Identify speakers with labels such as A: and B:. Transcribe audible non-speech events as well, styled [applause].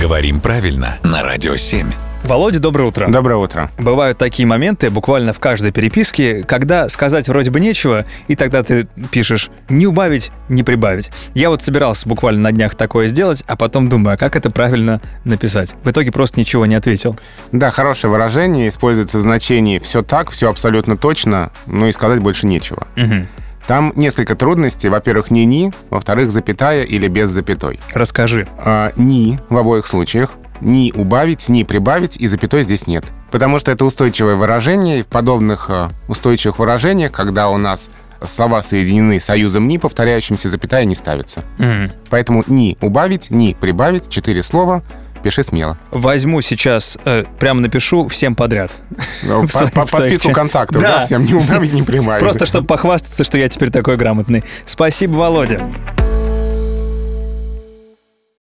A: Говорим правильно на Радио 7.
B: Володя, доброе утро.
C: Доброе утро.
B: Бывают такие моменты буквально в каждой переписке, когда сказать вроде бы нечего, и тогда ты пишешь «не убавить, не прибавить». Я вот собирался буквально на днях такое сделать, а потом думаю, а как это правильно написать. В итоге просто ничего не ответил.
C: Да, хорошее выражение, используется в значении «все так», «все абсолютно точно», ну и сказать больше нечего.
B: Мгм.
C: Там несколько трудностей. Во-первых, не «ни», во-вторых, запятая или без запятой.
B: Расскажи.
C: А, «Ни» в обоих случаях. «Ни» убавить, «ни» прибавить, и запятой здесь нет. Потому что это устойчивое выражение, и в подобных э, устойчивых выражениях, когда у нас слова соединены союзом «ни», повторяющимся запятая не ставится.
B: Мгм.
C: Поэтому «ни» убавить, «ни» прибавить, четыре слова, пиши смело.
B: Возьму сейчас, э, прямо напишу всем подряд.
C: Ну, По,
B: В своем
C: по- по списку
B: сайте.
C: контактов,
B: Да.
C: да,
B: А
C: всем не [laughs] убавить, не прибавить.
B: Просто чтобы похвастаться, что я теперь такой грамотный. Спасибо, Володя.